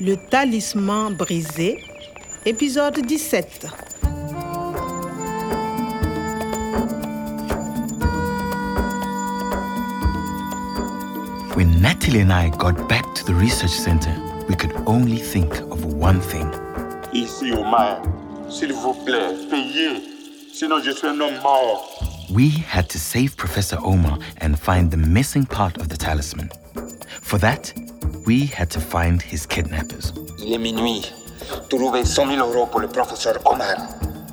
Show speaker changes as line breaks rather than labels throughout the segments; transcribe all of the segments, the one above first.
Le talisman brisé, épisode 17.
When Natalie and I got back to the research center, we could only think of one thing.
Ici au maire, s'il vous plaît, payez, sinon je suis un homme mort.
We had to save Professor Omar and find the missing part of the talisman. For that, we had to find his kidnappers.
Il est minuit. Trouvez 100 000 euros pour le professeur Omar.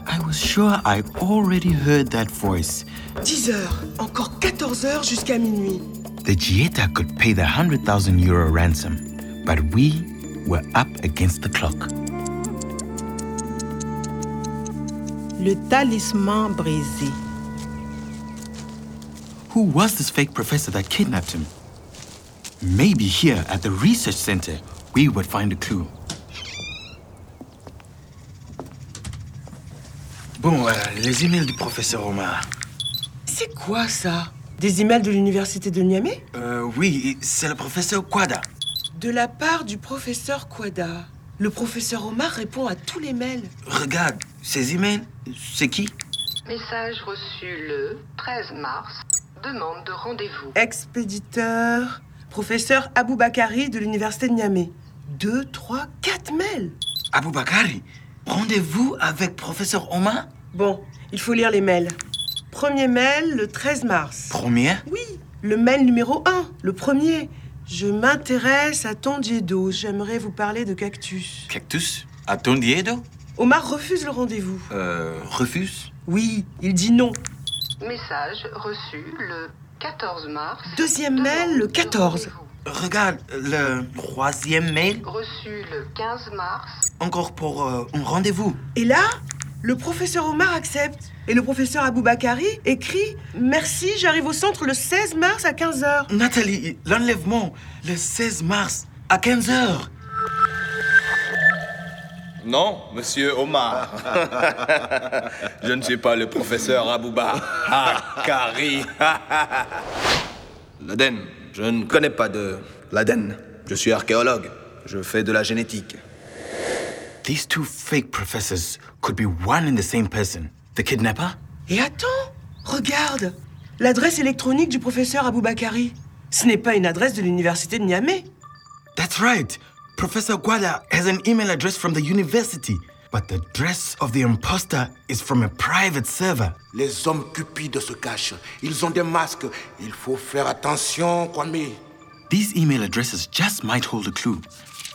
I was sure I already heard that voice.
10 heures, encore 14 heures jusqu'à minuit.
The Gieta could pay the 100,000 euro ransom, but we were up against the clock.
Le talisman brisé.
Who was this fake professor that kidnapped him? Maybe here at the research center, we would find a clue.
Bon, euh, les emails du professeur Omar.
C'est quoi ça Des emails de l'université de Niamey
Euh, oui, c'est le professeur Quada.
De la part du professeur Kwada. Le professeur Omar répond à tous les mails.
Regarde, ces emails, c'est qui
Message reçu le 13 mars. Demande de rendez-vous.
Expéditeur, professeur Aboubakari de l'université de Niamey. Deux, trois, quatre mails.
Aboubakari. Rendez-vous avec professeur Omar
Bon, il faut lire les mails. Premier mail le 13 mars.
Première
Oui, le mail numéro 1, le premier. Je m'intéresse à Tondiedo, j'aimerais vous parler de cactus.
Cactus À Tondiedo
Omar refuse le rendez-vous.
Euh, refuse
Oui, il dit non.
Message reçu le 14 mars.
Deuxième mail,
Demande
le
de
14.
rendez-vous.
Regarde, le troisième mail,
Reçu le 15 mars.
encore pour euh, un rendez-vous.
Et là, le professeur Omar accepte. Et le professeur Aboubakari écrit Merci, j'arrive au centre le 16 mars à 15h.
Nathalie, l'enlèvement, le 16 mars, à 15h.
Non, monsieur Omar. Je ne suis pas le professeur Abouba. Ah, Akari. L'Aden. Je ne connais pas de l'Aden. Je suis archéologue. Je fais de la génétique.
These two fake professors could be one and the same person. The kidnapper?
Et attends, regarde L'adresse électronique du professeur Aboubakari. Ce n'est pas une adresse de l'université de Niamey.
That's right. Professor Guada has an email address from the university, but the address of the imposter is from a private server.
Les hommes cupides se cachent. Ils ont des masques. Il faut faire attention, Kwame.
These email addresses just might hold a clue.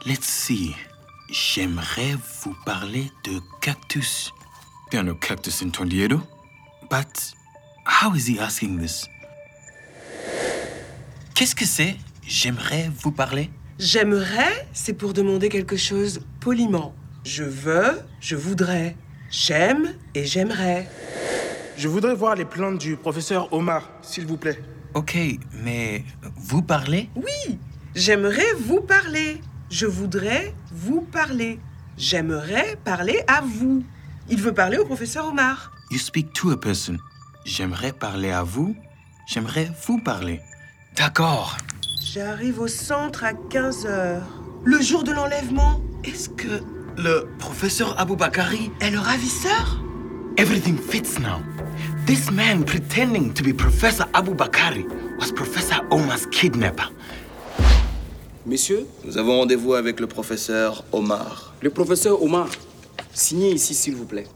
Let's see. J'aimerais vous parler de cactus. There are no cactus in Tondiedo. But how is he asking this? Qu'est-ce que c'est? J'aimerais vous parler.
J'aimerais, c'est pour demander quelque chose poliment. Je veux, je voudrais. J'aime et j'aimerais.
Je voudrais voir les plans du professeur Omar, s'il vous plaît.
Ok, mais vous parlez?
Oui, j'aimerais vous parler. Je voudrais vous parler. J'aimerais parler à vous. Il veut parler au professeur Omar.
You speak to a person. J'aimerais parler à vous. J'aimerais vous parler. D'accord.
J'arrive au centre à 15h. Le jour de l'enlèvement.
Est-ce que le professeur Aboubakari
Et le ravisseur
Everything fits now. This man pretending to be Professor Abu Bakari was Professor Omar's kidnapper.
Monsieur,
Nous avons rendez-vous avec le professeur Omar.
le professeur Omar, signez ici s'il vous plaît.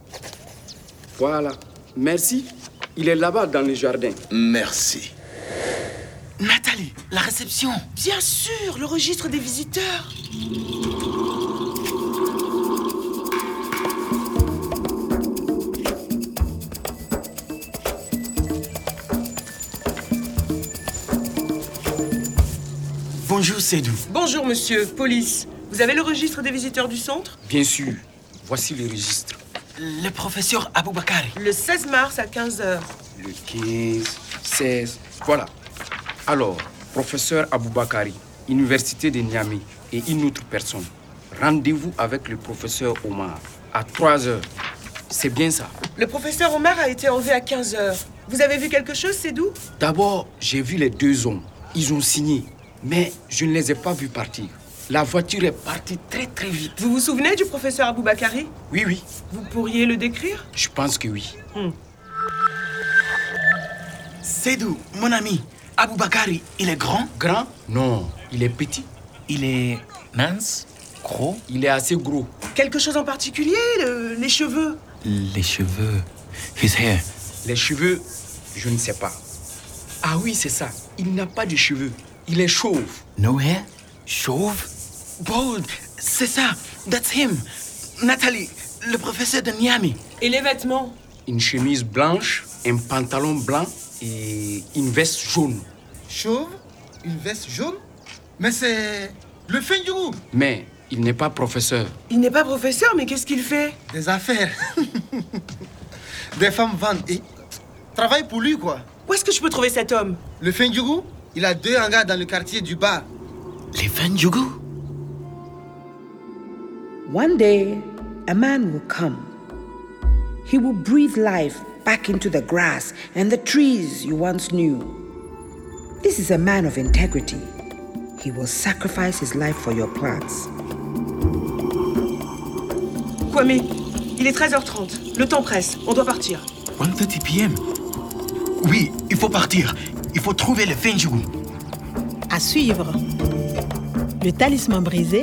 Voilà. Merci. Il est là-bas dans le jardin.
Merci.
Nathalie, la réception.
Bien sûr, le registre des visiteurs.
Bonjour Sedou.
Bonjour monsieur, police. Vous avez le registre des visiteurs du centre
Bien sûr. Voici le registre.
Le professeur Abu Bakari.
Le 16 mars à 15h.
Le 15, 16. Voilà. Alors, professeur Aboubakari, Université de Niamey et une autre personne. Rendez-vous avec le professeur Omar à 3 heures. C'est bien ça.
Le professeur Omar a été enlevé à 15h. Vous avez vu quelque chose, c'est doux
Oh, D'abord, j'ai vu les deux hommes. Ils ont signé, mais je ne les ai pas vus partir.
La voiture est partie très très vite.
Vous vous souvenez du professeur Aboubakari
Oui, oui,
Vous pourriez le décrire
je pense que oui.
Sédou, mon ami, Aboubakari, il est grand,
Grand Non, il est petit.
il est mince, gros,
Il est assez gros.
Quelque chose en particulier le- Les cheveux
Les cheveux. His hair.
Les cheveux, je ne sais pas. Ah oui, c'est ça. Il n'a pas de cheveux. Il est chauve.
No hair?
chauve, bald. C'est ça, that's him. Nathalie, le professeur de Niamey.
Et les vêtements
Une chemise blanche, un pantalon blanc et une veste jaune.
Chauve, une veste jaune. Mais c'est le fin du groupe
Mais il n'est pas professeur.
Il n'est pas professeur, mais qu'est-ce qu'il fait
des affaires. des femmes vendent et travaillent pour lui, quoi.
Où est-ce que je peux trouver cet homme
Le fin du groupe, il a deux hangars dans le quartier du bas.
Les Fanjugu
One day, a man will come. He will breathe life back into the grass and the trees you once knew. This is a man of integrity. He will sacrifice his life for your plants.
Kwame, il est 13h30. Le temps presse, on doit partir.
1.30 p.m.
Oui, il faut partir. Il faut trouver le Fanjugu.
À suivre. Le Talisman brisé,